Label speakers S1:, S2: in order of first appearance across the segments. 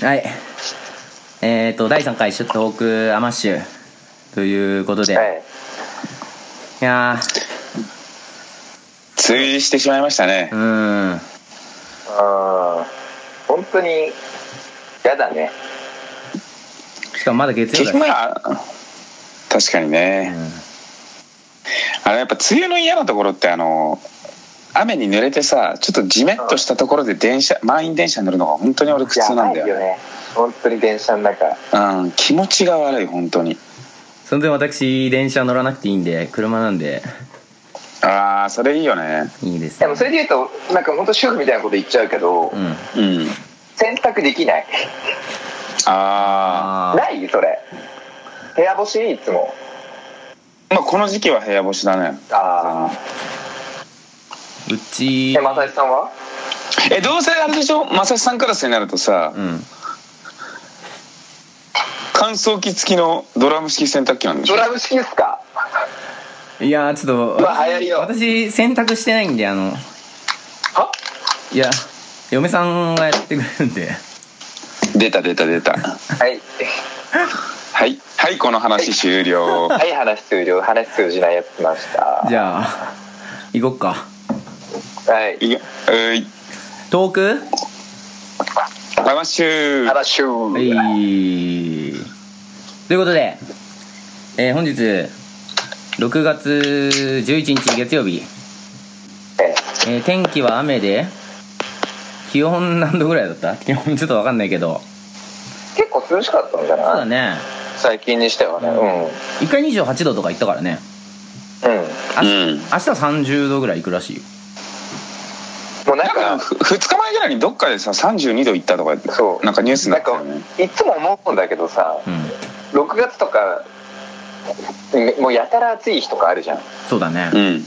S1: はい。えっ、と、第3回、シュットホークアマッシュということで、
S2: はい。
S1: いや
S3: 追尾してしまいましたね
S1: ー、う。ーん、
S2: あー本当に、やだね。
S1: しかもまだ月曜だし、
S3: 結局は、確かにね。あれやっぱ梅雨の嫌なところって、あの、雨に濡れてさ、ちょっとジメッとしたところで電車、満員電車に乗るのが本当に俺苦痛なんだよ
S2: やばいよね。本当に電車の中。
S3: うん、気持ちが悪い、本当に。
S1: その点私、電車乗らなくていいんで、車なんで、
S3: ああ、それいいよね。
S1: いいです
S2: で
S1: ね。
S2: もそれで言うと、なんか本当主婦みたいなこと言っちゃうけど、
S1: うん。
S3: うん。
S2: 洗濯できない。
S3: ああ。
S1: あー
S2: ないそれ。部屋干しいつも。
S3: まあ、この時期は部屋干しだね。
S2: ああ。
S1: うち
S2: え、、まさしさんは
S3: え、どうせあれでしょまさしさんクラスになるとさ、
S1: うん。
S3: 乾燥機付きのドラム式洗濯機なんでし
S2: ド
S3: ょ
S2: ラム式ですか
S1: いやー、ちょっと、
S2: まあ流行りよ
S1: 私、洗濯してないんで、あの、
S2: はい
S1: や、嫁さんがやってくれるんで、
S3: 出た出た出た。
S2: はい。
S3: はい。はい、この話終了。
S2: はい、話終了。話通じないやつ来ました。
S1: じゃあ、行こっか。
S2: はい。
S3: いけうい。
S1: トーク
S3: マッシュー。
S2: 話終
S1: は
S2: 了。
S1: い。ということで、えー本日、6月11日月曜日、
S2: え
S1: えー天気は雨で、気温何度ぐらいだった気温ちょっとわかんないけど。
S2: 結構涼しかったんじゃ
S1: そ
S2: な
S1: う
S2: い
S1: だね。
S2: 最近にしてはね。う
S1: 一回28度とか行ったからね。
S2: ん。うん。
S1: あ
S3: う
S1: 明
S3: ん
S1: 日は30度ぐらい行くらしいよ。
S2: もうな
S3: なん
S2: か、
S3: んかふ2日前ぐらいにどっかでさ32度いったとか
S2: そう
S3: なんかニュースに
S2: な
S3: なんった
S2: か
S3: よね、
S2: いつも思うんだけどさ、
S1: うん。
S2: 6月とか、めもうやたら暑い日とかあるじゃん。
S1: そうだね
S3: う。ん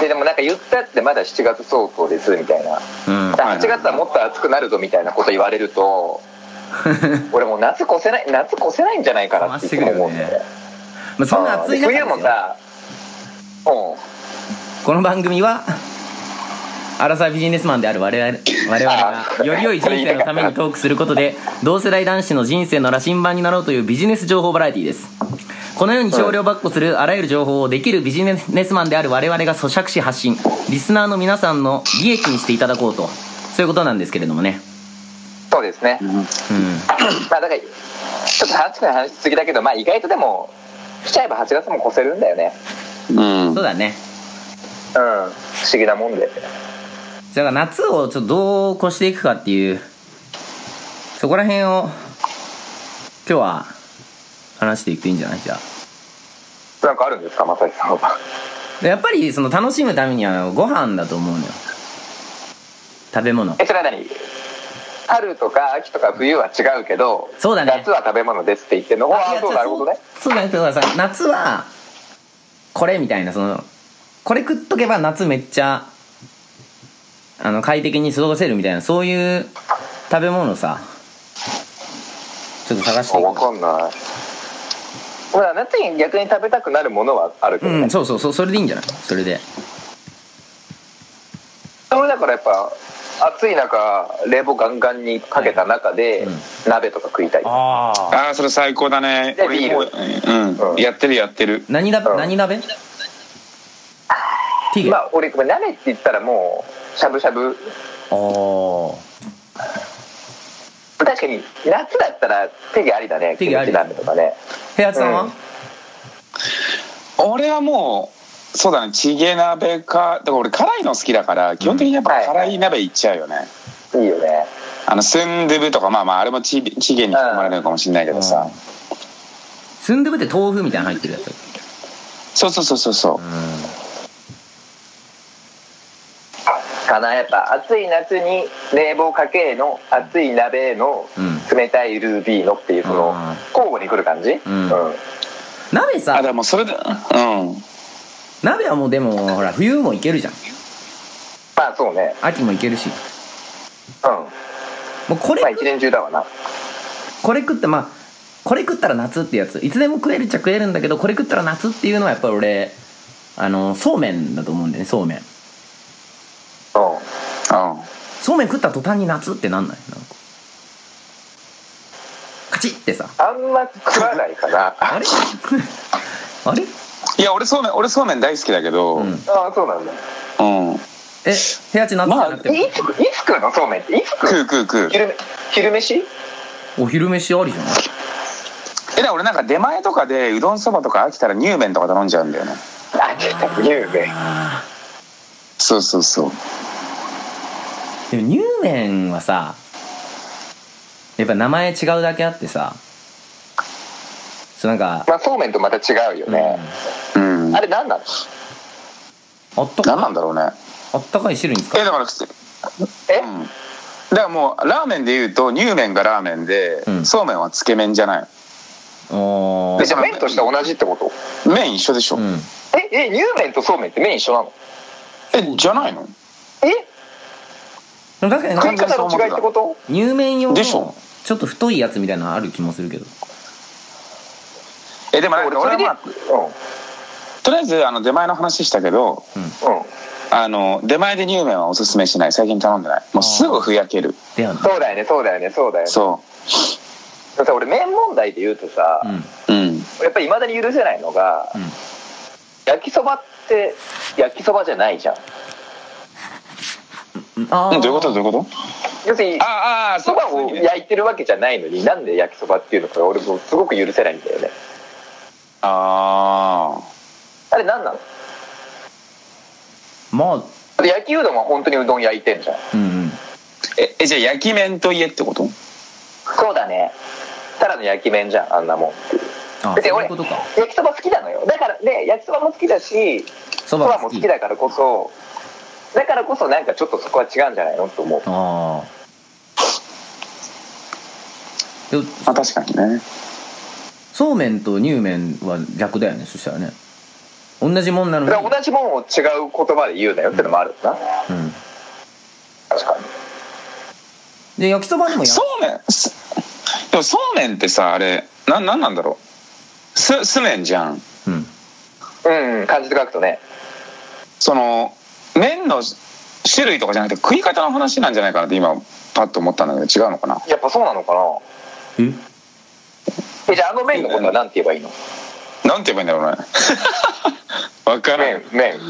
S2: で、でもなんか言ったってまだ7月相当です、みたいな。
S1: うん。
S2: だから8月はもっと暑くなるぞ、みたいなこと言われると、俺もう夏越せない、夏越せないんじゃないかなっていつも思うんだよね。
S1: まあ、そんな暑い
S2: で
S1: 中です
S2: 冬
S1: よ
S2: もさ、うん。
S1: この番組は、アラサービジネスマンである我々我々が、より良い人生のためにトークすることで、同世代男子の人生の羅針盤になろうというビジネス情報バラエティです。このように少量ばっこするあらゆる情報をできるビジネスマンである我々が咀嚼し発信、リスナーの皆さんの利益にしていただこうと、そういうことなんですけれどもね。
S2: そうですね。
S1: うん。
S2: まあだから、ちょっと話の話しすぎだけど、まあ意外とでも、来ちゃえば8月も越せるんだよね。
S3: うん
S1: そうだね。
S2: うん。不思議なもんで。
S1: じゃあ夏をちょっとどう越していくかっていう、そこら辺を、今日は、話していくといいんじゃないじゃあ。
S2: なんかあるんですか、まさきさん は。
S1: でやっぱりその楽しむためにはご飯だと思うのよ食べ物
S2: え、それは何春とか秋とか冬は違うけど、
S1: そうだね
S2: 夏は食べ物ですって言ってんの。あ
S1: い
S2: あ、
S1: や
S2: そう、なるほどね。
S1: そうそうだねだからさ夏はこれみたいなそのこれ食っとけば夏めっちゃあの快適に過ごせるみたいなそういう食べ物をさちょっと探し
S2: あ
S1: ていこ
S2: わかんない。ほら、夏に逆に食べたくなるものはあるけ
S1: う
S2: どね。
S1: うんそうそうそうそれでいいんじゃないそれで
S2: それだからやっぱ、暑い中、冷房ガンガンにかけた中で、
S1: うん
S2: 鍋とか食いたい。
S1: ああ
S3: ああそれ最高だね
S2: で
S3: 俺も
S2: ビ
S3: うん、
S2: うん
S3: やってるやってる
S1: 何だ
S2: うん
S1: 何鍋ティー
S2: ま
S1: ガあ
S2: あ、俺、ごめん鍋って言ったらもう、しゃぶしゃぶ
S1: あー
S2: 確かに夏だったら手毛ありだね
S1: 手毛あり
S2: キムチ鍋とかね
S1: 平八さんは、
S2: うん
S3: 俺はもうそうだねチゲ鍋かだから俺辛いの好きだから基本的にやっぱ辛い鍋いっちゃうよね、
S2: いいよね
S3: あのスンドゥブとかまあまああれもチチゲに含まれるのかもしれないけどさ、
S1: うんスンドゥブって豆腐みたいなの入ってるやつだっけ
S3: そうそうそうそうそう
S2: かなやっぱ暑い夏に冷房かけの暑い鍋の
S1: うん
S2: 冷たいルービーのっていうその
S1: うん
S2: 交互に来る感じうんん
S1: 鍋
S3: あだか
S1: さ
S3: らもうそれでうん
S1: 鍋はもうでもほら冬もいけるじゃん
S2: まあそうね
S1: 秋もいけるし
S2: うん
S1: もうこれ
S2: まあ一年中だわな
S1: これ食ってまあこれ食ったら夏ってやついつでも食えるっちゃ食えるんだけどこれ食ったら夏っていうのはやっぱり俺あのそうめんだと思うんだよねそうめん
S2: うん
S3: うん
S1: そうめん食った途端に夏ってなんないなんかカチッってさ
S2: あんま食わないかな
S1: あれ あれ
S3: いや俺そうめん俺そうめん大好きだけどう
S1: うんん、
S2: ああそうなんだ
S1: え部屋地夏じゃなくて
S2: い
S1: も、
S2: ついつ食うのそうめんっていつ食う
S3: 食う食う食う
S2: 昼め昼飯
S1: お昼飯ありじゃない
S3: えだ俺なんか出前とかでうどんそばとか飽きたら乳麺とか頼んじゃうんだよね
S2: あちょっと牛麺
S1: あ
S3: そうそうそう
S1: ーでも乳麺はさやっぱ名前違うだけあってさそうなんか、
S2: まあそうめんとまた違うよ
S1: うん、
S2: ね、
S3: うん
S2: あれ何なの
S1: あった
S3: 何な
S1: か
S3: んだろうね
S1: あったかい汁に使
S3: え
S1: う
S3: だから普通
S2: え
S3: うんだからもうラーメンで言うと乳麺がラーメンで、
S1: うん
S3: そうめんはつけ麺じゃない
S1: お
S2: で
S1: ー
S2: じゃあ麺としては同じってこと
S3: 麺一緒でしょ、
S1: うん
S2: ええ牛麺とそうめんって麺一緒なの
S3: えじゃないの
S2: え
S1: でも確かにな
S2: 食
S1: いん
S3: 完全に
S1: か
S2: 方
S3: そう思っ
S2: の
S3: て
S2: 違
S3: た
S2: いってこと
S1: 乳麺用の
S3: で
S1: ち
S3: し
S1: ょ
S3: ょ
S1: っと太いやつみたいなのある気もするけど
S3: えでもなんか俺はまあ
S2: それでう
S3: とりあえずあの出前の話したけど
S2: んうん
S3: あの出前で乳麺はおすすめしない最近頼んでないもうすぐふやける
S1: だよね
S2: そうだよねそうだよねそうだよね
S3: そ
S2: でもさ俺麺問題で言うとさ、
S1: うん
S3: ううん
S2: やっぱりいまだに許せないのが、
S1: うん
S2: 焼きそばって焼きそばじゃないじゃん
S1: あ
S3: う
S1: ー
S3: んどういうことどういうこと
S2: 要するに
S3: あああ
S2: そばを焼いてるわけじゃないのになんで焼きそばっていうのか俺もすごく許せないんだよね
S3: あ
S2: あれ何なの
S1: まあ
S2: だって焼きうどんは本当にうどん焼いてんじゃん
S1: うんうん
S3: ーええじゃあ焼き麺と言えってこと
S2: そうだねただの焼き麺じゃんあんなもん
S1: あ
S2: だっ
S1: そ
S2: て
S1: うい
S2: 俺
S1: うことか
S2: 焼きそば好きなのよだからね焼きそばも好きだし
S1: そ
S2: そ
S1: ば
S2: ば
S1: が
S2: も
S1: 好
S2: 好
S1: き
S2: きだからこそだからこそなんかちょっとそこは違うんじゃないのと思う
S1: ああでも
S3: まあ確かにね
S1: そうめんと乳麺は逆だよねそしたらね同じもんなのに
S2: だから同じもんを違う言葉で言うなよってのもあるな
S1: うん、
S2: 確かに
S1: で焼きそばにもや
S3: そうめんすでもそうめんってさあれななんなんだろうすす麺じゃん
S1: うん
S2: うん、うん、漢字で書くとね
S3: その麺の種類とかじゃなくて食い方の話なんじゃないかなって今パッと思ったんだけど違うのかな
S2: やっぱそうなのかな
S1: え
S2: えじゃああの麺のことは何て言えばいいの
S3: なんて言えばいいんだろ うねわからん
S2: 麺麺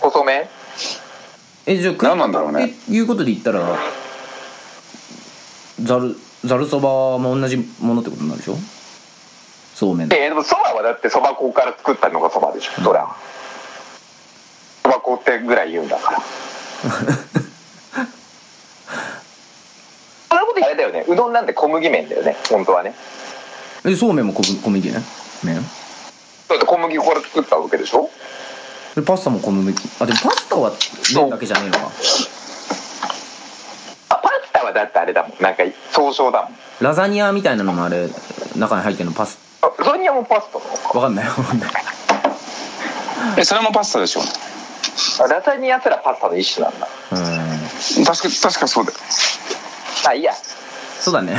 S2: 細麺
S1: えじゃあ
S3: 何なんだろうね
S1: 食い方っていうことで言ったらざるざるそばも同じものってことになるでしょそうめん
S2: えでもそばはだってそば粉から作ったのがそばでしょそらそば粉ってぐらい言うんだからそんなこと言うあれだよねうどんなんて小麦麺だよね本当はね
S1: えそうめんも小麦小麦ね麺
S2: だって小麦粉から作ったわけでしょ
S1: でパスタも小麦あでもパスタは麺だけじゃねえのか
S2: あパスタはだってあれだもんなんか総称だもん
S1: ラザニアみたいなのもあれ中に入ってるのパス
S2: あラザニアもパスタなの
S1: わかんないわかんない
S3: えそれもパスタでしょ
S2: あラザニアすらパスタの一種なんだ
S1: うん
S3: 確か確かそうだよ
S2: あいいや
S1: そうだね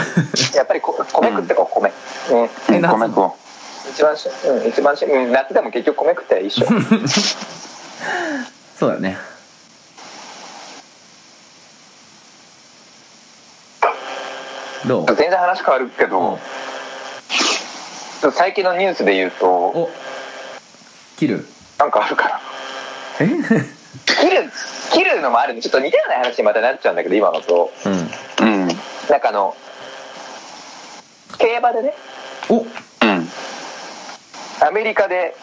S2: やっぱりこ米食ってこ米うん、
S1: え
S3: うん
S1: なん
S3: 米粉
S2: 一番しうん一番し、うん、夏でも結局米食ったら一緒
S1: そうだねどう
S2: 全然話変わるけ
S1: お
S2: ど最近のニュースで言うと
S1: お切る
S2: なんかあるかな
S1: えうん
S2: 切る切るのもあるんでちょっと似たような話にまたなっちゃうんだけど今のと
S3: うんうん
S2: なんかあの競馬でね
S1: おうん
S2: アメリカで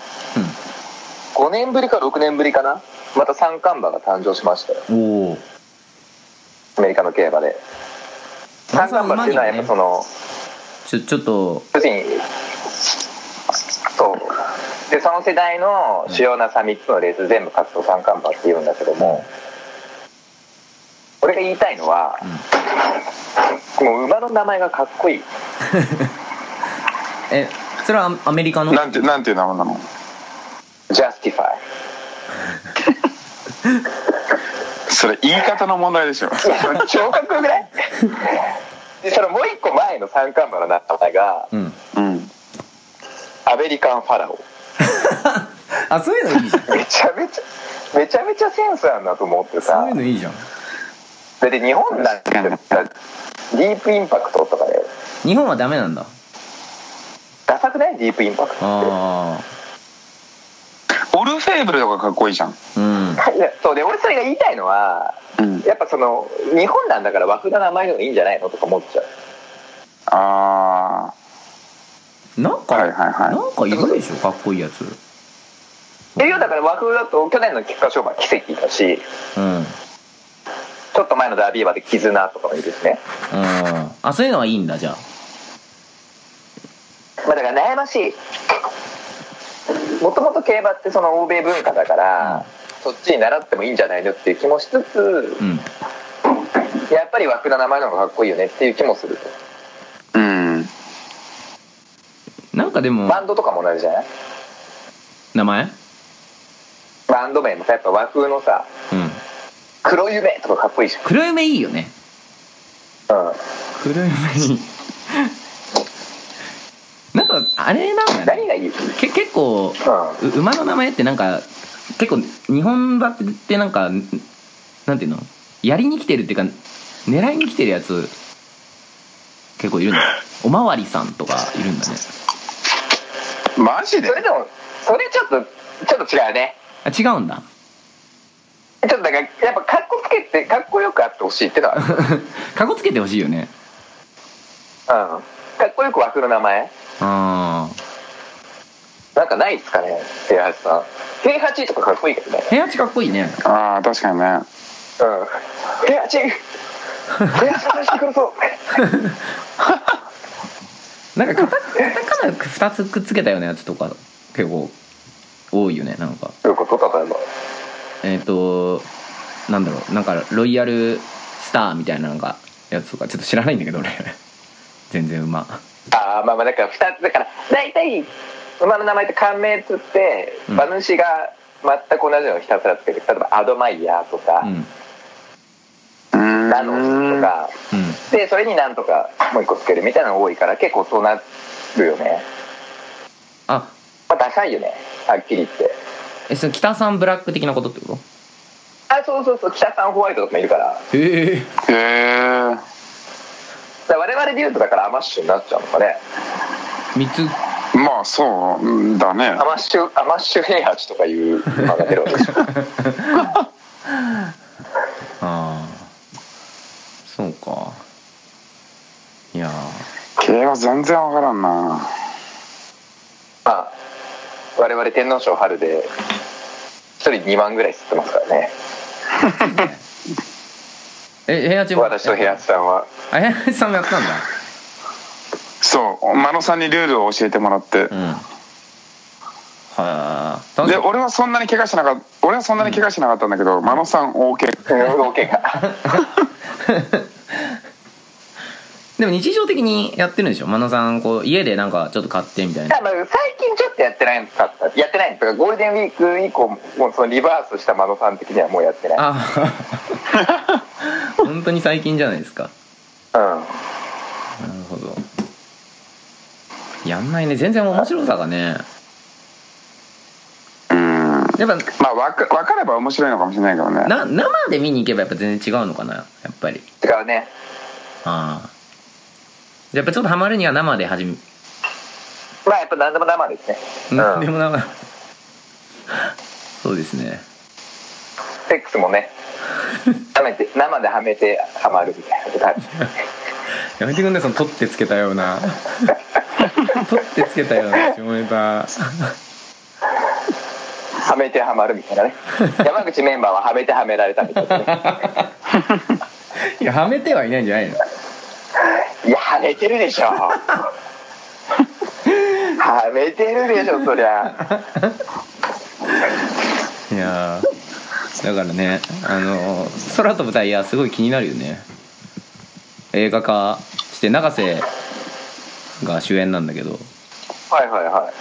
S2: 5年ぶりか6年ぶりかなまた三冠馬が誕生しましたよ
S1: おお
S2: アメリカの競馬で三冠馬っていうのはやっぱその
S1: ちょちょっと
S2: 要するにそうでその世代の主要な差3つのレース全部勝つと三冠馬って言うんだけども俺が言いたいのはもう馬の名前がかっこいい
S1: えそれはアアメリカの
S3: なんてなんていう名前なの
S2: ジャスティファイ
S3: それ言い方の問題でしょ
S2: いやでも超かっこよくないでそのもう一個前の三冠馬の名前が
S1: うん
S3: うん
S2: アメリカンファラオ
S1: あそういうのいいじゃん
S2: めちゃめちゃめちゃめちゃセンスあるなと思って
S1: そ
S2: さ
S1: ういうのいいじゃん
S2: だって日本なんてさディープインパクトとかで
S1: 日本はダメなんだ
S2: さくないディープインパクトっ
S1: あ
S3: オルフェーブルとかかっこいいじゃん、
S1: あうん
S2: ていやそうで俺それが言いたいのは
S3: うん、
S2: やっぱその日本なんだから和風な名前の方がいいんじゃないのとか思っちゃう
S3: あ
S1: なん
S3: あ
S1: か、
S3: はいはい
S1: な
S3: は
S1: んかいるでしょかっこいいやつ
S2: え要だから和風だと去年の菊花賞馬奇跡だし
S1: うんうん
S2: ちょっと前のダービー馬で絆とかもいいですね、
S1: あそういうのはいいんだじゃ
S2: まあ、だから悩ましいもともと競馬ってその欧米文化だから、そっちに習ってもいいんじゃないのっていう気もしつつ
S1: あうん
S2: やっぱり和風な名前の方がかっこいいよねっていう気もする
S3: いうん
S1: なんかでも
S2: バンドとかも同じじゃない
S1: 名前うん
S2: バンド名もさやっぱ和風のさ黒夢とかかっこいいじ
S1: 黒夢いいよね
S2: ゃん、うん、
S1: 黒夢いいなんかあれなんだね
S2: 何がいいうん
S1: け結構う馬の名前ってなんか結構日本馬ってなんかんなんていうのやりに来てるっていうか狙いに来てるやつ結構いるんだよおまわりさんとかいるんだね
S3: マジで
S2: それでもそれちょっとちょっと違うね
S1: あ違うんだ
S2: ちょっとだからやっぱかっこつけてかっこよくあってほしいってのはある
S1: かこつけてほしいよね
S2: うんかっこよく枠の名前
S1: あ
S2: なんかないっすかね平八さん平八とかかっこいいけどね
S1: あ平八かっこいいね
S3: ああ確かにね
S2: うん平八平八さんしてくれそう
S1: なんかカタカタカナ2つくっつけたようなやつとか結構多いよねなんか
S2: どういうこと例えば
S1: えっ、となんだろうなんかロイヤルスターみたいななんかやつとかちょっと知らないんだけど俺 全然馬
S2: ああまあまあだから2つだから大体馬の名前って冠名っつって
S1: うん
S2: 馬主が全く同じのをひたすらつけて例えばアドマイヤーとか、
S1: うんうん
S3: うーん
S2: ナノスとかでそれになんとかもう一個つけるみたいなのが多いから結構そうなるよね
S1: あ
S2: まあダサいよねはっきり言って
S1: えその北さんブラック的なことってこと
S2: あそうそうそう北さんホワイトとかもいるからだか
S1: へえ
S3: へえ
S2: ら我々で言うとだからアマッシュになっちゃうのかね
S1: 三つ
S3: まあそううんだね
S2: アマッシュアマッシュ平八とかいう馬が出るわけでしょ
S1: ああそうかいやー
S3: 競馬全然わからんな
S2: まあ我々天皇賞春で一人2万ぐらい吸ってますからね
S1: え平八も
S2: 私と平八さんは
S1: あ平八さんもやったんだ
S3: そう真野さんにルールを教えてもらって
S1: う、んはあ楽し
S3: で
S1: かっ
S3: 俺はそんなに怪我しなかった俺はそんなに怪我しなかったんだけど、真野さん大怪我
S2: 動けが
S1: たでも日常的にやってるんでしょ真野さんこう家でなんかちょっと買ってみたい な
S2: 最近ちょっとやってないのかったやってないのとかゴールデンウィーク以降もうそのリバースしたマドさん的にはもうやってない
S1: ああ本当に最近じゃないですか
S2: うん
S1: なるほどやんないね全然面白さがね
S3: うん
S1: やっぱ
S3: まあわか分かれば面白いのかもしれないけどね
S1: な生で見に行けばやっぱ全然違うのかなやっぱり
S2: だからね
S1: ああやっぱちょっとハマるには生で始め
S2: まあやっぱ何でも生ですね
S1: 何
S2: う
S1: で
S2: ん
S1: も生、そうですね
S2: セックスもねはめて生ではめてハマるみたいなことある
S1: やめてくんねその取ってつけたような取ってつけたような下ネタ
S2: はめてはまるみたい なね山口メンバーははめてはめられたみたいなね
S1: いやはめてはいないんじゃないの
S2: いやはめてるでしょはめてるでしょそりゃ
S1: いやーだからねあのー空飛ぶタイヤすごい気になるよね映画化して永瀬が主演なんだけど
S2: はいはいはい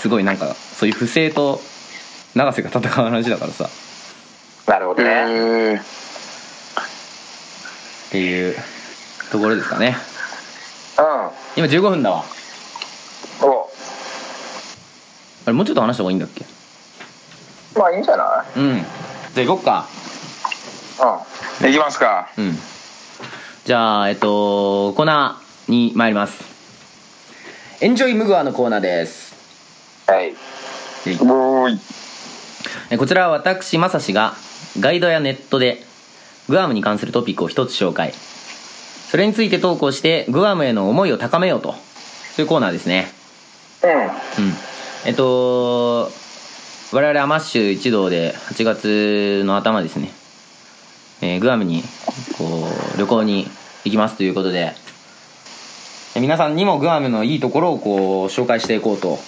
S1: すごいなんかそういう不正と永瀬が戦う話だからさっ
S2: なるほどね、
S3: え
S1: ていうところですかね
S2: うん
S1: 今15分だわ
S2: お
S1: あれもうちょっと話した方がいいんだっけ
S2: まあいいんじゃな
S1: うんじゃあ行こっか
S2: い
S3: ー、いきますか
S1: うんじゃあえっとコーナーに参りますエンジョイムグアのコーナーです
S2: はい。
S1: はい
S3: おーい
S1: えこちらは私まさしがガイドやネットでグアムに関するトピックを一つ紹介それについて投稿してグアムへの思いを高めようとそういうコーナーですね
S2: うん。
S1: うんえっと我々アマッシュ一同で8月の頭ですね、えーグアムにこう旅行に行きますということでえ皆さんにもグアムのいいところをこう紹介していこうと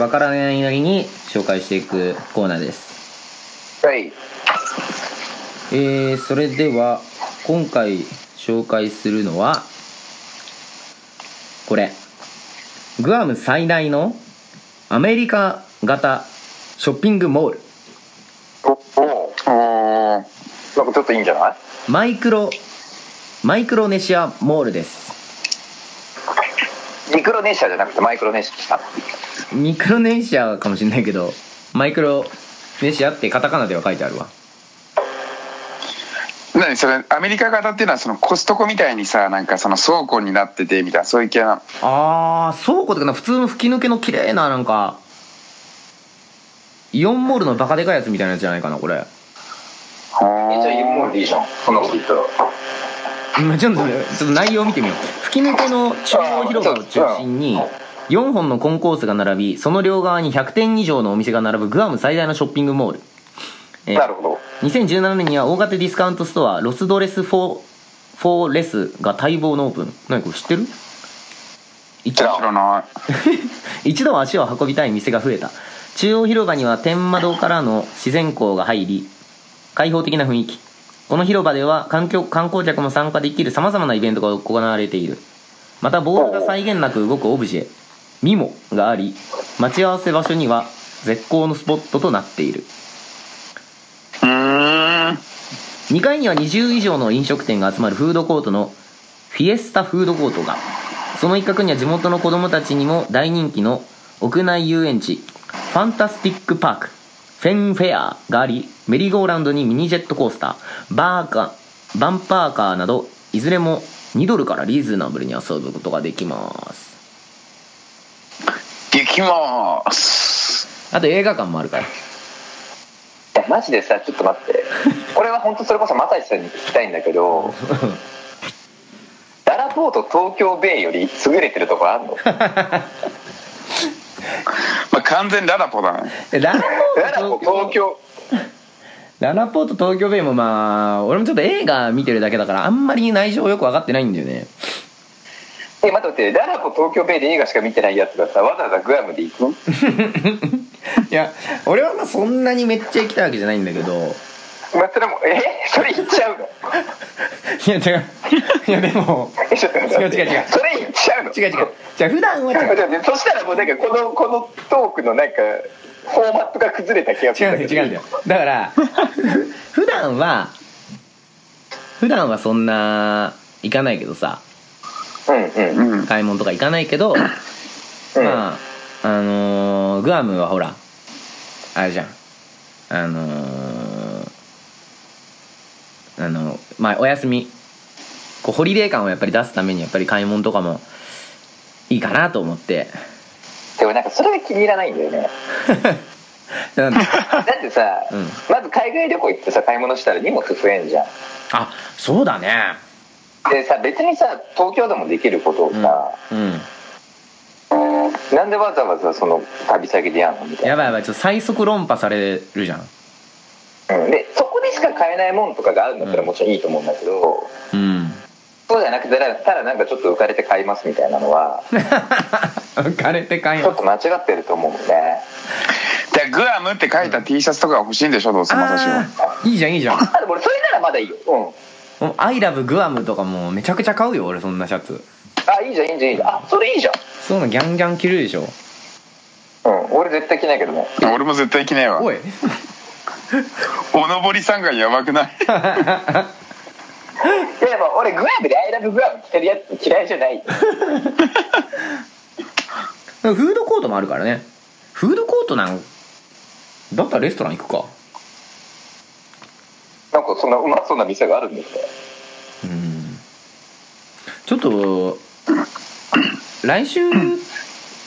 S1: わからないなりに紹介していくコーナーです
S2: はい。
S1: えー、それでは今回紹介するのはこれグアム最大のアメリカ型ショッピングモール
S2: おお
S3: おー
S2: なんかちょっといいんじゃない
S1: マイクロマイクロネシアモールです
S2: ミクロネシアじゃなくてマイクロネシア。
S1: ミクロネシアかもしれないけどマイクロネシアってカタカナでは書いてあるわ
S3: 何それアメリカ型っていうのはそのコストコみたいにさなんかその倉庫になっててみたいなそういう系なの
S1: あー倉庫とかな普通の吹き抜けの綺麗ななんかイオンモールのバカでかいやつみたいなやつじゃないかなこれ
S3: ほー
S2: ういいじゃん。そんなこと言ったら。
S1: うん ちょっとちょっと内容を見てみよう吹き抜けの中央広場を中心に4本のコンコースが並びその両側に100店以上のお店が並ぶグアム最大のショッピングモール、えー
S2: なるほど。
S1: 2017年には大型ディスカウントストアロスドレスフォーフォーレスが待望のオープン何これ知ってる一
S3: 知
S1: 度
S3: らない
S1: 一度は足を運びたい店が増えた中央広場には天窓からの自然光が入り開放的な雰囲気この広場では環境観光客も参加できるさまざまなイベントが行われているまたボールが際限なく動くオブジェミモがあり待ち合わせ場所には絶好のスポットとなっている
S3: うーん
S1: 2階には20以上の飲食店が集まるフードコートのフィエスタフードコートがその一角には地元の子供たちにも大人気の屋内遊園地ファンタスティックパークフェンフェアがありメリーゴーラウンドにミニジェットコースターバーカバンパーカーなどいずれも2ドルからリーズナブルに遊ぶことができます
S3: できまーす
S1: あと映画館もあるから
S2: いやマジでさちょっと待 ってこれは本当それこそ正志さんに聞きたいんだけどダラポート東京ベイより優れてるとこ あんの
S3: まあ完全ララポだね
S1: でララ
S2: ダラ
S1: ポー
S2: ポ
S1: ト東
S2: 東京
S1: ララポート東京ベイもまあ俺もちょっと映画見てるだけだからあんまり内情よく分かってないんだよね
S2: え待って待ってダラポ東京ベイで映画しか見てないやつがさわざわざグアムで行く
S1: いや俺はまあそんなにめっちゃ行きたいわけじゃないんだけど
S2: まあそれもえそれ行っちゃうの
S1: いや違う いやでも
S2: えちょっと待って
S1: 違う違う違う
S2: それ行っちゃうの
S1: 違う違うじゃあ普段は違う
S2: 違う違うそしたらもうなんかこのこのトークのなんかフォーマットが崩れた気がす
S1: 違
S2: る
S1: うん
S2: だ
S1: だ
S2: け
S1: よ違
S2: ど
S1: うんだよだから 普段は普段はそんな行かないけどさ
S2: うんうん
S3: うん
S1: 買い物とか行かないけど
S2: うん、
S1: まああのーグアムはほらあれじゃんあのーあのまあお休みこうホリデー感をやっぱり出すためにやっぱり買い物とかもいいかなと思って
S2: でもなんかそれが気に入らないんだよね
S1: なんで
S2: だってさ、
S1: うん
S2: まず海外旅行行ってさ買い物したら荷物増えんじゃん
S1: あそうだね
S2: でさ別にさ東京でもできることをさ、
S1: うん
S2: なんでわざわざその旅先でやんのみたい
S1: やばいやばいちょっと最速論破されるじゃん
S2: な、うんでそこでしか買えないもんとかがあるんだったら
S1: うん
S2: もちろんいいと思うんだけど、
S1: うん
S2: そうじゃなくてただただなんかちょっと浮かれて買いますみたいなのは
S1: 浮かれて買い
S2: ちょっと間違ってると思うね
S3: でグアムって書いた T シャツとかが欲しいんでしょどうせまさしは
S1: あーいいじゃんいいじゃん
S2: あでも俺それならまだいいよう
S1: 「
S2: ん
S1: アイラブグアム」とかもうめちゃくちゃ買うよ俺そんなシャツ
S2: あいいじゃんいいじゃんいいじゃんあそれいいじゃん
S1: そういうのギャンギャン着るでしょ
S2: うん俺絶対着ないけどね
S3: 俺も絶対着ねえわ
S1: おい
S3: おのぼりさんがやばくない
S2: いやでも俺グアムで「アイラブグアム」着てるやつ嫌いじゃない
S1: フードコートもあるからねフードコートなんだったらレストラン行くか
S2: なんかそんなうまそうな店があるんですか
S1: うんちょっと来週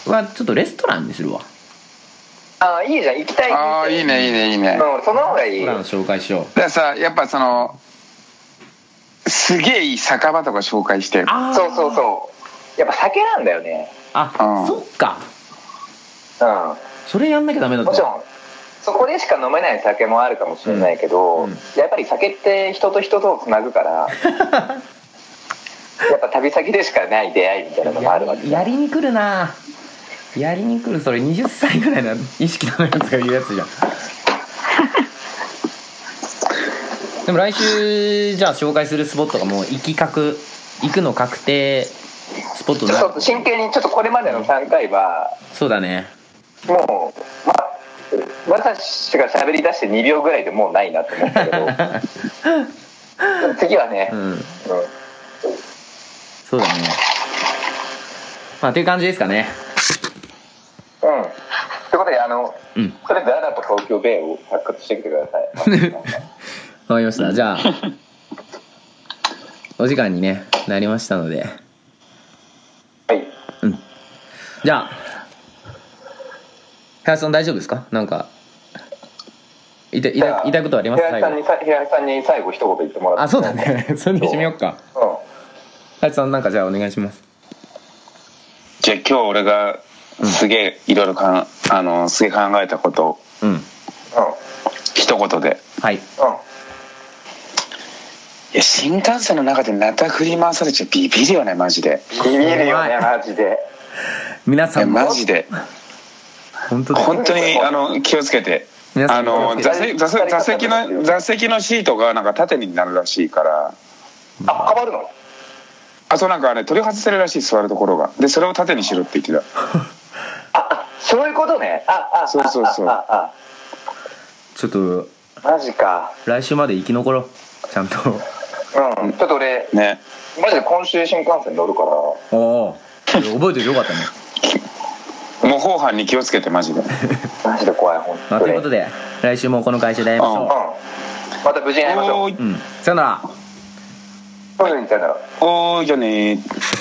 S1: はちょっとレストランにするわ
S2: ああいいじゃん行きたい
S3: ああいいねいいねいいね
S2: うんその方がい
S1: レ
S2: い
S1: ストラン紹介しよう
S3: だからさやっぱそのすげえいい酒場とか紹介して
S1: あー
S2: そうそうそうやっぱ酒なんだよね
S1: あ、
S3: うん
S1: そっか
S2: う
S1: それやんなきゃダメだっ
S2: ん
S1: た
S2: もちろんそこでしか飲めない酒もあるかもしれないけ
S1: う
S2: ど、
S1: んうん
S2: やっぱり酒って人と人とをつなぐ からやっぱ旅先でしかない出会いみたいなのもあるわけ
S1: ややりに来るなやりに来るそれ20歳ぐらいの意識のやつが言うや つじゃんでも来週じゃあ紹介するスポットがもう行き確行くの確定スポットにな
S2: ちょっ
S1: る
S2: と真剣にちょっとこれまでの3回は
S1: そうだね
S2: もうま私が喋り出して2秒ぐらいでもうないなと思ったけ ど次はね、
S1: う
S2: うん
S1: んそうだねまあという感じですかね
S2: うんってことであの
S1: うん
S2: それでアラと東京ベイを発掘してきてください
S1: わかりましたじ ゃあお時間にねなりましたので
S2: はい
S1: じゃあ林さん大丈夫ですかなんかいたい
S2: じゃ
S1: た
S2: あ
S1: 言いたいことあります
S2: 平井
S1: 最
S2: さんに
S1: 後
S2: さ平井さんに最後一言言ってもらって
S1: あそうだね それにしてみようか
S2: うん
S1: 林さんなんかじゃあお願いします
S3: じゃあ今日俺がすげえいろいろかんあのすげえ考えたことを
S1: うん
S2: う
S3: 一言で
S1: はい
S2: んうん
S3: いや新幹線の中でなた振り回されちゃビビるよねマジで
S2: ビビるよ
S1: う
S2: ね
S1: ま
S2: マジで
S1: 皆
S3: い
S1: さ
S3: や
S1: んも
S3: マジで
S1: 本当だ
S3: 本当にあの気をつけて
S1: 皆さ
S3: あ
S1: んも
S3: の座席座席座席の座席のシートがなんか縦になるらしいから
S2: あ変わるの
S3: あとなんかあれ取り外せるらしい座るところがでそれを縦にしろって言ってた
S2: ああそういうことねあああ
S3: そうそうそう
S2: ああ
S1: ちょっと
S2: あマジか
S1: 来週まで生き残ろうちゃ んと
S2: うんちょっと俺
S3: ね
S2: マジで今週新幹線乗るから
S1: おお覚えててよかったね、
S3: 模倣犯に気をつけてマジで
S2: マジで怖い本
S1: まあ、
S2: 当
S1: と
S2: に
S1: いうことで来週もこの会社で会いまし
S2: うん
S1: ょ
S2: また無事に会いましょう
S3: おーいう
S1: うんさよなら
S2: そういうふうに言ったんだろう
S3: おーいじゃあねー